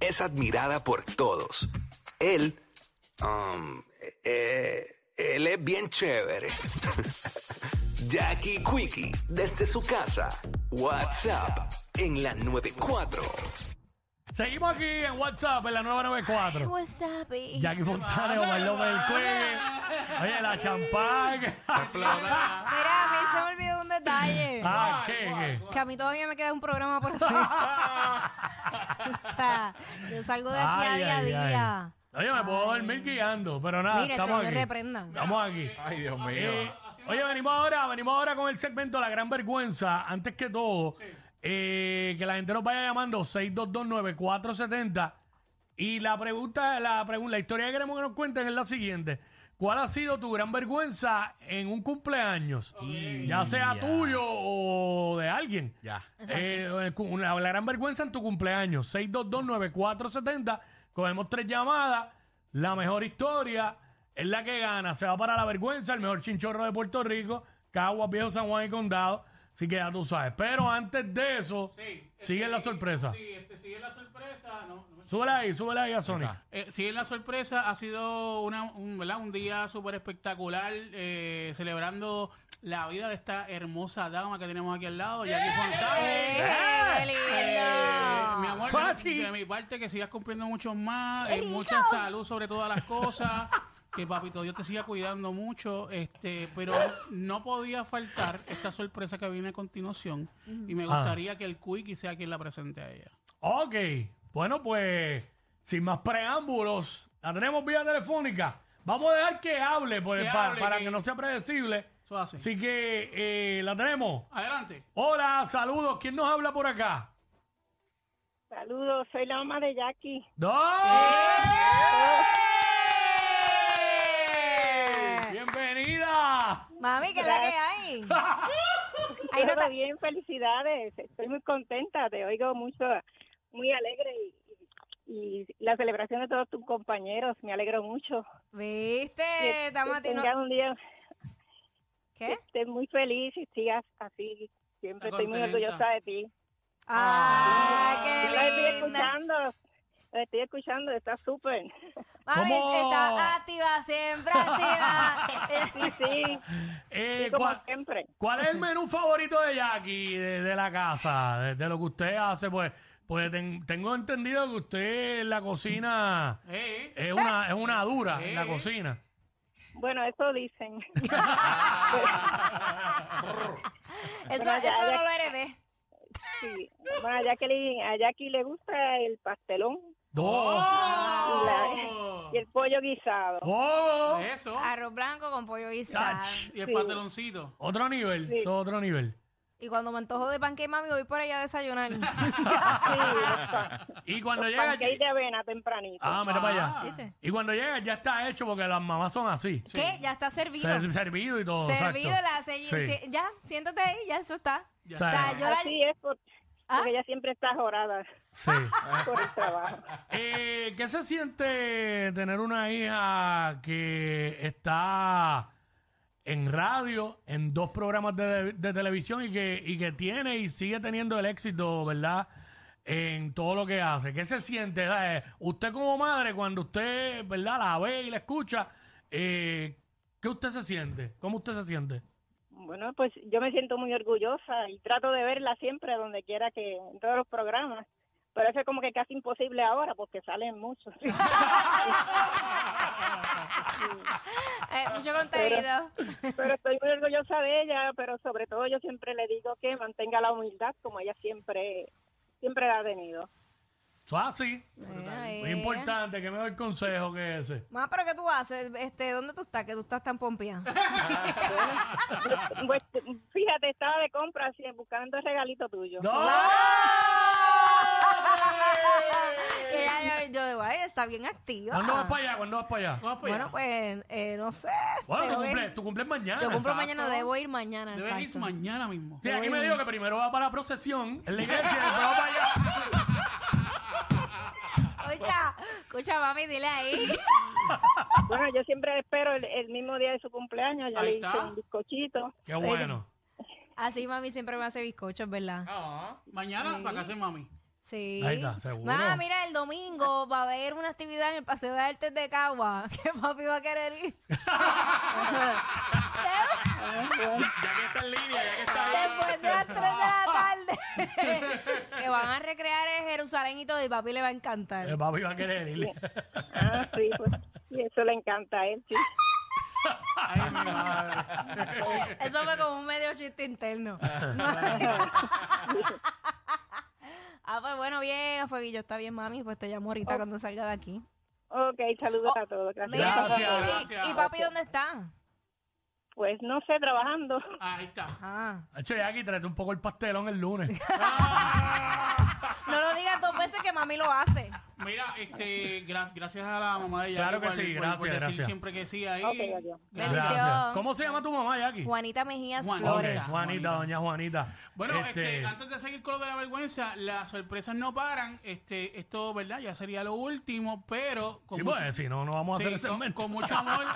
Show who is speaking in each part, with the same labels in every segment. Speaker 1: es admirada por todos. Él, um, eh, él es bien chévere. Jackie Quickie, desde su casa. WhatsApp en la 94.
Speaker 2: Seguimos aquí en WhatsApp en la nueva 94.
Speaker 3: WhatsApp. eh.
Speaker 2: Jackie Fontana, Omar López del Cuello. Oye, la champán.
Speaker 3: Mira, a mí se me olvidó un detalle.
Speaker 2: ah, ¿qué?
Speaker 3: Que a mí todavía me queda un programa por hacer. o sea, yo salgo de aquí a
Speaker 2: Ay,
Speaker 3: día a
Speaker 2: ay,
Speaker 3: día.
Speaker 2: ay. Oye, me puedo dormir guiando, pero nada,
Speaker 3: Mire,
Speaker 2: estamos
Speaker 3: señor,
Speaker 2: aquí.
Speaker 3: reprendan.
Speaker 2: Estamos aquí.
Speaker 4: Ay, Dios mío.
Speaker 2: Eh, oye, venimos ahora, venimos ahora con el segmento La Gran Vergüenza. Antes que todo, eh, que la gente nos vaya llamando 6229470. Y la pregunta, la pregunta, la historia que queremos que nos cuenten es la siguiente. ¿Cuál ha sido tu gran vergüenza en un cumpleaños? Ya sea tuyo o de alguien.
Speaker 4: Ya.
Speaker 2: Eh, el cu- una- la gran vergüenza en tu cumpleaños. 6229470. Cogemos tres llamadas. La mejor historia es la que gana. Se va para la vergüenza, el mejor chinchorro de Puerto Rico. Caguas, Viejo, San Juan y Condado. Así que ya tú sabes. Pero antes de eso, sigue la sorpresa.
Speaker 5: este, sigue la sorpresa, no, no me-
Speaker 2: Súbela ahí, súbela ahí a Sony.
Speaker 5: Eh, sigue la sorpresa, ha sido una, un, ¿verdad? un día súper espectacular eh, celebrando la vida de esta hermosa dama que tenemos aquí al lado, Jackie Fontane.
Speaker 2: Ah.
Speaker 3: ¡Eh, qué lindo!
Speaker 5: Eh, mi amor, de,
Speaker 2: Pachi.
Speaker 5: de mi parte que sigas cumpliendo muchos más, eh,
Speaker 3: rico!
Speaker 5: mucha salud sobre todas las cosas, que papito Dios te siga cuidando mucho, este, pero no podía faltar esta sorpresa que viene a continuación y me gustaría que el Quickie sea quien la presente a ella.
Speaker 2: Ok, bueno, pues sin más preámbulos, la tenemos vía telefónica. Vamos a dejar que hable, por-
Speaker 5: Que
Speaker 2: pa-
Speaker 5: hable,
Speaker 2: para que...
Speaker 5: que-
Speaker 2: no sea predecible.
Speaker 5: Eso hace.
Speaker 2: Así que eh, la tenemos.
Speaker 5: Adelante.
Speaker 2: Hola, saludos. ¿Quién nos habla por acá?
Speaker 6: Saludos, soy la mamá de Jackie.
Speaker 2: ¡No! ¡Bienvenida!
Speaker 3: Mami, ¿qué es la que hay? Ahí no
Speaker 6: Todo
Speaker 3: está.
Speaker 6: bien, felicidades. Estoy muy contenta, te oigo mucho, muy alegre y, y la celebración de todos tus compañeros, me alegro mucho.
Speaker 3: ¿Viste? Eh, Estamos a ti,
Speaker 6: que
Speaker 3: no- ¿Eh?
Speaker 6: tengas un día que
Speaker 3: ¿Qué?
Speaker 6: estés muy feliz y sigas así. Siempre
Speaker 5: Está
Speaker 6: estoy muy
Speaker 5: contenta.
Speaker 6: orgullosa de ti.
Speaker 3: ¡Ah,
Speaker 6: Yo la estoy
Speaker 3: qué linda!
Speaker 6: escuchando, la estoy escuchando, está súper.
Speaker 3: Mami,
Speaker 2: ¿Cómo?
Speaker 3: está activa, siempre activa.
Speaker 6: Sí,
Speaker 2: Eh,
Speaker 6: sí, como
Speaker 2: ¿cuál,
Speaker 6: siempre.
Speaker 2: cuál es el menú favorito de Jackie de, de la casa? De, de lo que usted hace, pues, pues ten- tengo entendido que usted en la cocina
Speaker 5: Eh, eh.
Speaker 2: es una, es una dura en la cocina.
Speaker 6: Bueno, eso dicen.
Speaker 3: Eso,
Speaker 6: Pero ya,
Speaker 3: eso
Speaker 6: ya-
Speaker 3: no lo heredé.
Speaker 6: Sí. Bueno, a, Jackie, a Jackie le gusta el pastelón
Speaker 2: ¡Dos!
Speaker 6: y, la- y el pollo guisado.
Speaker 2: ¡Oh!
Speaker 5: Eso.
Speaker 3: Arroz blanco con pollo guisado.
Speaker 2: Ach,
Speaker 5: Y el
Speaker 6: Sí.
Speaker 5: pantaloncito.
Speaker 2: Otro nivel,
Speaker 6: Sí.
Speaker 2: eso es otro nivel.
Speaker 3: Y cuando me antojo de panque, mami, voy por allá a desayunar.
Speaker 2: Y cuando llega...
Speaker 6: Pancake de avena tempranito.
Speaker 2: Ah, mira para
Speaker 5: Ah.
Speaker 2: allá.
Speaker 3: ¿Viste?
Speaker 2: Y cuando llega ya está hecho porque las mamás son así.
Speaker 3: ¿Qué? Ya está servido.
Speaker 2: Ser- servido y todo.
Speaker 3: Servido
Speaker 2: exacto.
Speaker 3: la se-
Speaker 2: Sí.
Speaker 3: se- Ya, siéntate ahí, ya eso está.
Speaker 2: Ya
Speaker 3: O sea,
Speaker 2: está.
Speaker 3: yo la-
Speaker 6: Así es, por-
Speaker 3: ¿Ah?
Speaker 6: porque ella siempre está jorada
Speaker 2: Sí.
Speaker 6: por el trabajo.
Speaker 2: Eh, ¿Qué se siente tener una hija que está en radio, en dos programas de, de televisión y que, y que tiene y sigue teniendo el éxito, ¿verdad? En todo lo que hace. ¿Qué se siente? eh? Usted como madre, cuando usted, ¿verdad? La ve y la escucha, eh, ¿qué usted se siente? ¿Cómo usted se siente?
Speaker 6: Bueno, pues yo me siento muy orgullosa y trato de verla siempre donde quiera que en todos los programas. Pero eso es como que casi imposible ahora porque salen muchos.
Speaker 3: eh, mucho contenido.
Speaker 6: Pero estoy muy orgullosa de ella, pero sobre todo yo siempre le digo que mantenga la humildad como ella siempre siempre la ha tenido.
Speaker 2: Eso es así.
Speaker 3: Mira,
Speaker 2: Muy
Speaker 3: mira.
Speaker 2: importante, que me doy consejo que ese.
Speaker 3: Mamá, pero ¿qué tú haces? Este, ¿Dónde tú estás? Que tú estás tan pompía.
Speaker 6: Pues, fíjate, estaba de compras y buscando el regalito tuyo.
Speaker 2: ¡No!
Speaker 3: Y ella- yo, yo digo, ay, está bien activa.
Speaker 2: ¿Cuándo vas para allá? ¿Cuándo vas para allá?
Speaker 5: Vamos para
Speaker 3: Bueno,
Speaker 5: allá.
Speaker 3: pues, eh, no sé.
Speaker 2: Bueno,
Speaker 3: tengo
Speaker 2: tú
Speaker 3: que-
Speaker 2: cumples, tú cumples mañana.
Speaker 3: yo cumplo
Speaker 2: exacto.
Speaker 3: mañana, debo ir mañana.
Speaker 5: Debes ir
Speaker 3: exacto.
Speaker 5: mañana mismo.
Speaker 2: Sí, aquí me dijo que primero va para la procesión, en la iglesia, y después va para allá.
Speaker 3: Escucha, escucha, mami, dile ahí.
Speaker 6: Bueno, yo siempre espero el, el mismo día de su cumpleaños. Ya
Speaker 5: Ahí
Speaker 6: le
Speaker 5: está.
Speaker 6: hice un bizcochito.
Speaker 2: Qué bueno.
Speaker 3: Así mami siempre me hace bizcochos, ¿verdad?
Speaker 5: Ah, mañana, para casa de mami.
Speaker 3: Sí.
Speaker 2: Ahí está, seguro.
Speaker 3: Ah, mira, el domingo va a haber una actividad en el Paseo de Artes de Cagua que papi va a querer ir.
Speaker 5: Ya que está en línea, ya que está
Speaker 3: Después de las 3 de la tarde. que van a recrear en Jerusalén y todo, y papi le va a encantar.
Speaker 2: El Eh, papi va a querer irle.
Speaker 6: Ah, sí, pues. Y eso le encanta a él, sí.
Speaker 5: Ay, mi madre.
Speaker 3: Eso fue como un medio chiste interno. ah, pues bueno, bien, Fueguillo, está bien, mami. Pues te llamo ahorita cuando salga de aquí.
Speaker 6: Ok, saludos a todos. Gracias.
Speaker 3: Mira,
Speaker 2: Gracias,
Speaker 3: y-
Speaker 5: gracias.
Speaker 3: Y, papi dónde está?
Speaker 6: Pues no sé, trabajando.
Speaker 5: Ahí está.
Speaker 3: Ah.
Speaker 2: Hacho, ya aquí tráete un poco el pastelón el lunes.
Speaker 3: No lo digas dos veces que mami lo hace.
Speaker 5: Mira, este, gra- gracias a la mamá de ella.
Speaker 2: Claro que
Speaker 5: por-
Speaker 2: sí,
Speaker 5: por-
Speaker 2: gracias,
Speaker 5: por decir
Speaker 2: gracias.
Speaker 5: siempre que sí ahí.
Speaker 6: Ok, adiós.
Speaker 5: Gracias.
Speaker 3: Bendiciones. Bendición.
Speaker 2: ¿Cómo se llama tu mamá, Jackie?
Speaker 3: Juanita Mejías
Speaker 5: Juanita.
Speaker 3: Flores.
Speaker 2: Juanita, doña Juanita.
Speaker 5: Bueno, este, antes de seguir con lo de la vergüenza, las sorpresas no paran. Este, esto, ¿verdad? Ya sería lo último, pero con
Speaker 2: sí,
Speaker 5: mucho-
Speaker 2: pues, si no, no vamos a
Speaker 5: Sí,
Speaker 2: hacer ese
Speaker 5: con,
Speaker 2: segmento.
Speaker 5: con mucho amor,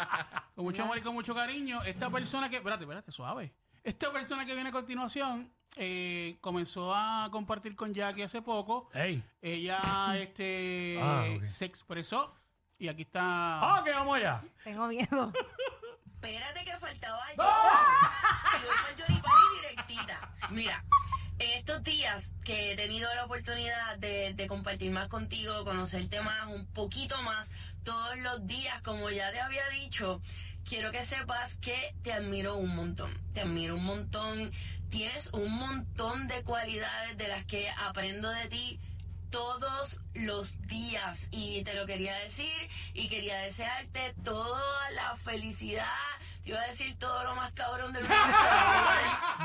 Speaker 5: con mucho amor y con mucho cariño. Esta persona que, espérate, espérate, suave. Esta persona que viene a continuación eh, comenzó a compartir con Jackie hace poco.
Speaker 2: Ey.
Speaker 5: Ella este,
Speaker 2: Ah, ok. Ah,
Speaker 5: se expresó y aquí está.
Speaker 2: Ok, vamos allá.
Speaker 3: Tengo miedo. Eh,
Speaker 4: Espérate que faltaba yo. Y voy para el Johnny Party directita. Mira, en estos días que he tenido la oportunidad de, de compartir más contigo, conocerte más, un poquito más, todos los días, como ya te había dicho, quiero que sepas que te admiro un montón. Te admiro un montón. Tienes un montón de cualidades de las que aprendo de ti todos los días y te lo quería decir y quería desearte toda la felicidad te iba a decir todo lo más cabrón del mundo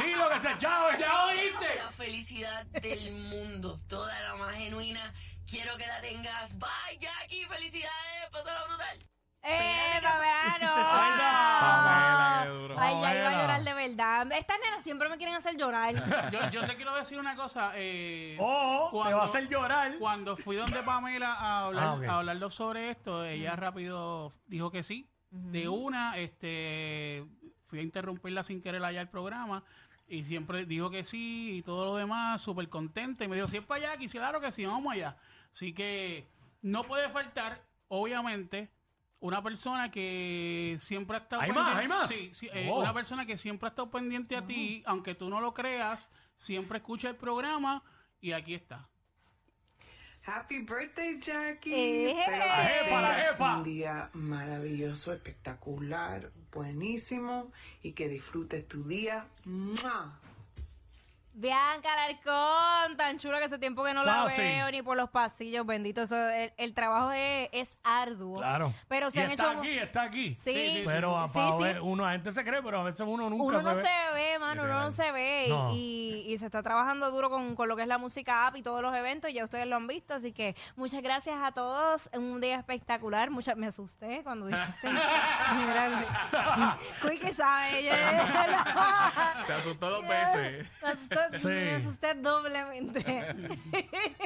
Speaker 2: Dilo que se chave.
Speaker 5: ¡Ya oíste!
Speaker 4: la felicidad del mundo toda la más genuina quiero que la tengas bye Jackie felicidades pásala brutal
Speaker 3: ¡Eh, Pamela,
Speaker 7: Pamela, qué
Speaker 3: no!
Speaker 7: duro.
Speaker 3: Ay, ya iba a
Speaker 2: Pamela.
Speaker 3: llorar de verdad. Estas nenas siempre me quieren hacer llorar.
Speaker 5: Yo, yo te quiero decir una cosa. Eh,
Speaker 2: O te
Speaker 5: cuando-
Speaker 2: va a hacer llorar.
Speaker 5: Cuando fui donde Pamela a hablar,
Speaker 2: Ah, ok.
Speaker 5: a hablarlo sobre esto, ella rápido dijo que sí. De una, este, fui a interrumpirla sin querer allá el programa y siempre dijo que sí y todo lo demás, súper contenta. Y me dijo, si es para allá, aquí, sí, claro que sí, vamos allá. Así que no puede faltar, obviamente, una persona que siempre ha estado
Speaker 2: ¿Hay más?
Speaker 5: pendiente-
Speaker 2: ¿Hay más?
Speaker 5: Sí, sí, eh,
Speaker 2: Oh.
Speaker 5: una persona que siempre ha estado pendiente a ti, aunque tú no lo creas, siempre escucha el programa y aquí está.
Speaker 8: Happy birthday, Jackie.
Speaker 3: Eh.
Speaker 8: Espero que
Speaker 2: La jefa, la
Speaker 8: tengas
Speaker 2: jefa.
Speaker 8: Un día maravilloso, espectacular, buenísimo y que disfrutes tu día. ¡Mua!
Speaker 3: Bianca Alarcón, tan chula que hace tiempo que no la
Speaker 2: Sassy.
Speaker 3: veo ni por los pasillos, bendito. Eso, el, el trabajo es, es arduo.
Speaker 2: Claro.
Speaker 3: Pero se
Speaker 2: Y
Speaker 3: han
Speaker 2: está
Speaker 3: hecho.
Speaker 2: aquí, está aquí.
Speaker 3: Sí,
Speaker 5: Sí, sí, sí.
Speaker 2: Pero eh, a
Speaker 3: Sí,
Speaker 2: pa'
Speaker 3: sí.
Speaker 2: ver, uno, la gente se cree, pero a veces uno nunca
Speaker 3: uno
Speaker 2: se
Speaker 3: no
Speaker 2: ve.
Speaker 3: se ve, mano, uno no
Speaker 2: Literal.
Speaker 3: se ve.
Speaker 2: No.
Speaker 3: Y, y se está trabajando duro con, con lo que es la música app y todos los eventos, ya ustedes lo han visto. Así que muchas gracias a todos. Un día espectacular. Muchas, me asusté cuando dijiste. Cuique sabe. yo-
Speaker 7: Se asustó dos veces.
Speaker 3: Me asustó,
Speaker 2: Sí.
Speaker 3: me asusté doblemente.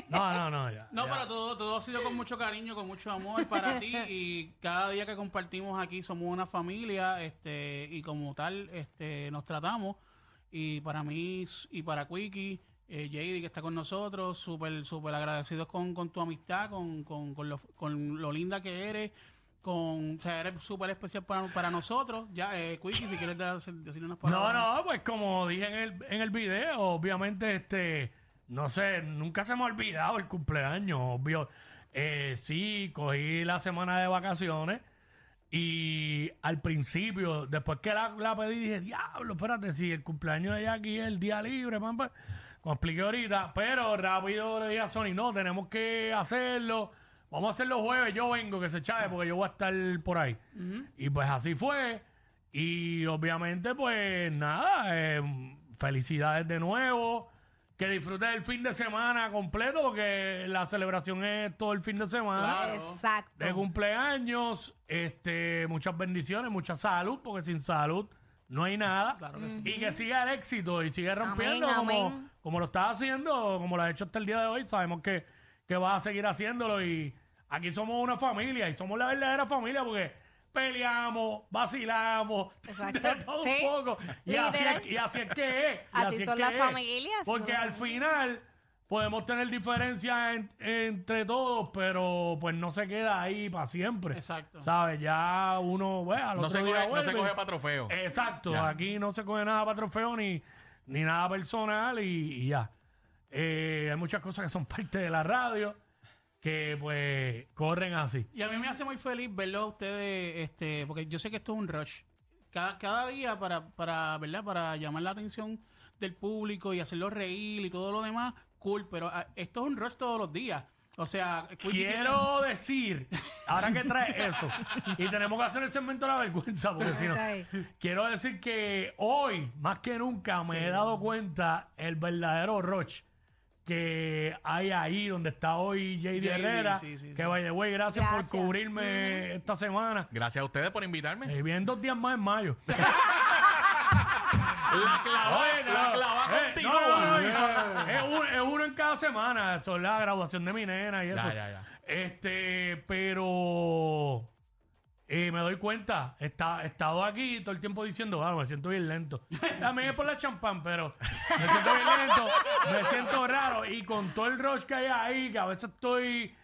Speaker 2: No, no, no, ya.
Speaker 5: No,
Speaker 2: ya.
Speaker 5: pero todo, todo ha sido con mucho cariño, con mucho amor para ti y cada día que compartimos aquí somos una familia este, y como tal este, nos tratamos y para mí s- y para Quiki, eh, JD que está con nosotros, súper, súper agradecidos con, con tu amistad, con, con, con, lo, con lo linda que eres, con, o sea, eres súper especial para, para nosotros. Ya, eh, Quiki, si quieres dar- decir
Speaker 2: No,
Speaker 5: unas palabras.
Speaker 2: no, pues como dije en el, en el video, obviamente, este, no sé, nunca se me ha olvidado el cumpleaños, obvio. Eh, sí, cogí la semana de vacaciones y al principio, después que la, la pedí, dije, diablo, espérate, si el cumpleaños de Jackie es el día libre, pam, pam". Como expliqué ahorita, pero rápido le dije a Sony, no, tenemos que hacerlo. Vamos a hacerlo jueves, yo vengo, que se chave, porque yo voy a estar por ahí. Y pues así fue. Y obviamente, pues nada, eh, felicidades de nuevo. Que disfrutes el fin de semana completo, porque la celebración es todo el fin de semana.
Speaker 5: Claro.
Speaker 3: Exacto.
Speaker 2: De cumpleaños, este, muchas bendiciones, mucha salud, porque sin salud no hay nada.
Speaker 5: Claro que sí.
Speaker 2: Y que siga el éxito y siga rompiendo
Speaker 3: Amén,
Speaker 2: como,
Speaker 3: amén.
Speaker 2: como lo está haciendo, como lo ha hecho hasta el día de hoy. Sabemos que, que va a seguir haciéndolo y aquí somos una familia y somos la verdadera familia porque peleamos, vacilamos,
Speaker 3: Exacto.
Speaker 2: de todo
Speaker 3: Sí.
Speaker 2: un poco. Y así,
Speaker 3: Literal.
Speaker 2: es, y así es que es. y
Speaker 3: Así
Speaker 2: es
Speaker 3: son
Speaker 2: que
Speaker 3: las
Speaker 2: es.
Speaker 3: familias,
Speaker 2: Porque
Speaker 3: son-
Speaker 2: al final, podemos tener diferencias en- entre todos, pero pues no se queda ahí para siempre.
Speaker 5: Exacto.
Speaker 2: ¿Sabes? Ya uno, bueno, al
Speaker 7: No
Speaker 2: otro
Speaker 7: se,
Speaker 2: día
Speaker 7: coge, no se
Speaker 2: vuelve. Eh.
Speaker 7: coge para trofeo.
Speaker 2: Exacto,
Speaker 7: Ya.
Speaker 2: aquí no se coge nada para trofeo ni, ni nada personal y, y ya. Eh, hay muchas cosas que son parte de la radio que pues corren así.
Speaker 5: Y a mí me hace muy feliz verlo a ustedes, este, porque yo sé que esto es un rush. Cada, cada día para, para, ¿verdad? para llamar la atención del público y hacerlo reír y todo lo demás, cool, pero ah, esto es un rush todos los días. O sea, Quickie tiene-
Speaker 2: Quiero decir, ahora que trae eso, y tenemos que hacer el segmento de la vergüenza, porque si no, quiero decir que hoy, más que nunca, me he dado cuenta el verdadero Roche que hay ahí, donde está hoy JD
Speaker 5: JD,
Speaker 2: Herrera,
Speaker 5: sí, sí, sí.
Speaker 2: que by the way, gracias, por
Speaker 3: Gracias.
Speaker 2: cubrirme esta semana.
Speaker 7: Gracias a ustedes por invitarme.
Speaker 2: Eh, bien dos días más en mayo.
Speaker 7: La clavó,
Speaker 2: Ah, Oye,
Speaker 7: la
Speaker 2: no,
Speaker 7: clavó
Speaker 2: eh,
Speaker 7: continua.
Speaker 2: no, no, no, y son- es, un- es uno en cada semana. Eso es la graduación de mi nena y
Speaker 7: Ya,
Speaker 2: eso.
Speaker 7: ya, ya.
Speaker 2: Este, pero eh, me doy cuenta. Está, he estado aquí todo el tiempo diciendo, ah, me siento bien lento. También es por la champán, pero me siento bien lento, me siento raro. Y con todo el rush que hay ahí, que a veces estoy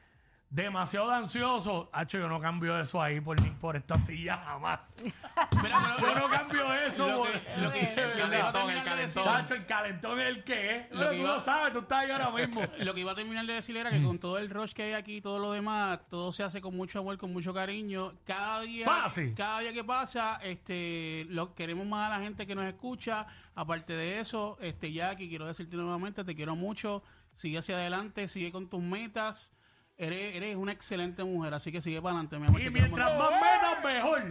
Speaker 2: demasiado ansioso. Hacho, yo no cambio eso ahí por, ni- por esta silla jamás.
Speaker 5: Mira, pero-
Speaker 2: Yo no cambio eso.
Speaker 5: lo
Speaker 2: por-
Speaker 5: que- lo que-
Speaker 7: El
Speaker 5: lo que iba a
Speaker 7: calentón,
Speaker 5: terminar
Speaker 7: el
Speaker 5: de decir-
Speaker 7: calentón.
Speaker 2: Chacho, el calentón es el que es.
Speaker 5: Lo
Speaker 2: Pero
Speaker 5: que
Speaker 2: tú
Speaker 5: iba-
Speaker 2: lo sabes, tú estás ahí ahora mismo.
Speaker 5: Lo que iba a terminar de decir era
Speaker 2: Mm.
Speaker 5: que con todo el rush que hay aquí y todo lo demás, todo se hace con mucho amor, con mucho cariño. Cada día,
Speaker 2: Fácil.
Speaker 5: cada día que pasa, este, lo queremos más a la gente que nos escucha. Aparte de eso, este, Jackie, quiero decirte nuevamente, te quiero mucho. Sigue hacia adelante, sigue con tus metas. Eres, eres una excelente mujer, así que sigue para adelante, mi amor.
Speaker 2: Y
Speaker 5: te quiero
Speaker 2: mientras
Speaker 5: mucho.
Speaker 2: más metas, mejor.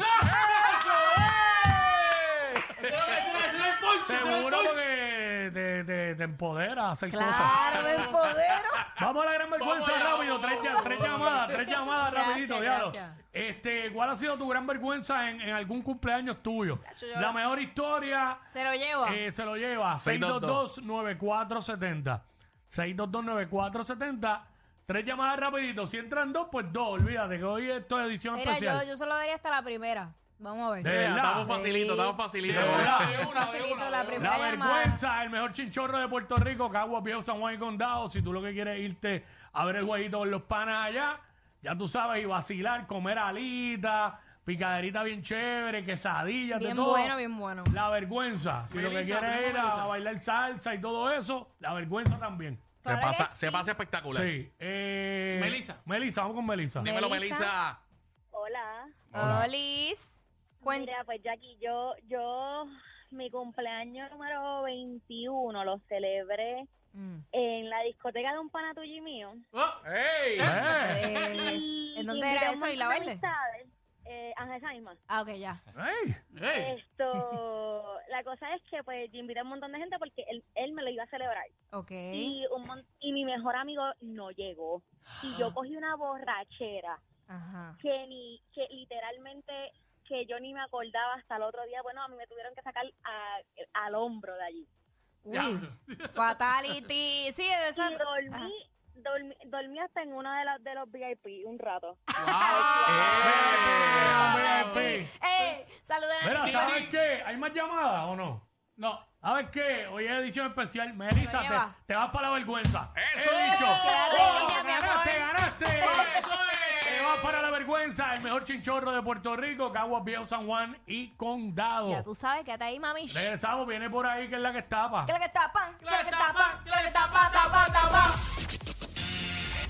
Speaker 2: Seguro que te, te, te empodera a hacer cosas.
Speaker 3: Claro, me empodero.
Speaker 2: Vamos a la gran vergüenza
Speaker 5: Vamos allá,
Speaker 2: rápido.
Speaker 5: vamos,
Speaker 2: Tres,
Speaker 5: vamos,
Speaker 2: ya- tres
Speaker 5: vamos,
Speaker 2: llamadas, tres llamadas
Speaker 3: Gracias,
Speaker 2: rapidito, diablo.
Speaker 3: gracias.
Speaker 2: Este, ¿cuál ha sido tu gran vergüenza en, en algún cumpleaños tuyo?
Speaker 3: Chacho, yo
Speaker 2: La
Speaker 3: la-
Speaker 2: mejor historia
Speaker 3: Se lo llevo.
Speaker 2: eh, se lo lleva 622-9470. 622-9470. Tres llamadas rapidito. Si entran dos, pues dos. Olvídate que hoy esto es edición
Speaker 3: Mira,
Speaker 2: especial.
Speaker 3: yo, yo solo daría hasta la primera. Vamos a ver.
Speaker 2: De
Speaker 7: Eh,
Speaker 2: verdad.
Speaker 7: Estamos facilito,
Speaker 3: Sí.
Speaker 7: estamos facilito.
Speaker 2: De verdad.
Speaker 3: Facilito, la primera
Speaker 2: La
Speaker 3: llamada.
Speaker 2: vergüenza, el mejor chinchorro de Puerto Rico, Cagua, Pío, San Juan y Condado. Si tú lo que quieres es irte a ver el jueguito con los panas allá, ya tú sabes, y vacilar, comer alitas, picaderita bien chévere, quesadilla, de
Speaker 3: Bien
Speaker 2: todo.
Speaker 3: bueno, bien bueno.
Speaker 2: La vergüenza. Si lo que
Speaker 5: Melissa,
Speaker 2: quieres es ir a
Speaker 5: primo Melissa.
Speaker 2: bailar salsa y todo eso, la vergüenza también.
Speaker 7: Se
Speaker 3: ¿Para
Speaker 7: pasa,
Speaker 3: qué?
Speaker 7: se pasa espectacular.
Speaker 2: Sí. Eh,
Speaker 5: Melissa.
Speaker 2: Melissa, vamos con Melissa. Eh,
Speaker 7: Dímelo, Melissa.
Speaker 3: Melissa.
Speaker 6: Hola.
Speaker 3: Olis. Cuen-
Speaker 6: Mira, pues Jackie, yo, yo, mi cumpleaños número 21 lo celebré
Speaker 3: Mm.
Speaker 6: en la discoteca de un pana tuyo y mío.
Speaker 5: Oh,
Speaker 7: ¡Ey!
Speaker 2: Eh,
Speaker 3: Eh,
Speaker 6: Y
Speaker 3: ¿En dónde
Speaker 6: invité
Speaker 3: era
Speaker 6: a un
Speaker 3: eso? ¿Y la
Speaker 6: montón de
Speaker 3: baile?
Speaker 6: amistades, Eh, ajá, esa misma.
Speaker 3: ah, ok, ya.
Speaker 2: ey.
Speaker 5: hey.
Speaker 6: Esto, la cosa es que pues yo invité a un montón de gente porque él, él me lo iba a celebrar.
Speaker 3: Ok.
Speaker 6: Y, un mon- y mi mejor amigo no llegó. Y yo cogí una borrachera
Speaker 3: Ajá.
Speaker 6: que ni que literalmente que yo ni me acordaba hasta el otro día. Bueno, a mí me tuvieron que sacar a- al hombro de allí.
Speaker 3: Uy. Fatality. Sí, de
Speaker 6: Y
Speaker 3: esa. Ajá.
Speaker 6: dormí, dormí, dormí hasta en uno de los, de los VIP un rato.
Speaker 7: Eh.
Speaker 2: Ah,
Speaker 3: ¡Ey!
Speaker 2: VIP.
Speaker 3: Saluden a
Speaker 2: Mira,
Speaker 3: Nicky.
Speaker 2: ¿sabes qué? ¿Hay más llamadas o no?
Speaker 5: No,
Speaker 2: ¿Sabes qué? Hoy es edición especial. Melissa,
Speaker 3: Te lo lleva.
Speaker 2: te, te vas para la vergüenza.
Speaker 7: ¡Eso!
Speaker 2: He dicho.
Speaker 3: ¡Qué
Speaker 2: ¡Oh,
Speaker 3: alegría, mi
Speaker 2: ¡Ganaste,
Speaker 3: amor!
Speaker 2: ganaste! Te vas para la vergüenza. El mejor chinchorro de Puerto Rico, Caguas Viejo, San Juan y
Speaker 3: Ya
Speaker 2: Condado.
Speaker 3: tú sabes, quédate ahí, mami. ¿Qué
Speaker 2: Regresamos, viene por ahí que es la que estaba.
Speaker 3: es lo que está, pan? ¿Qué es lo que está, pan?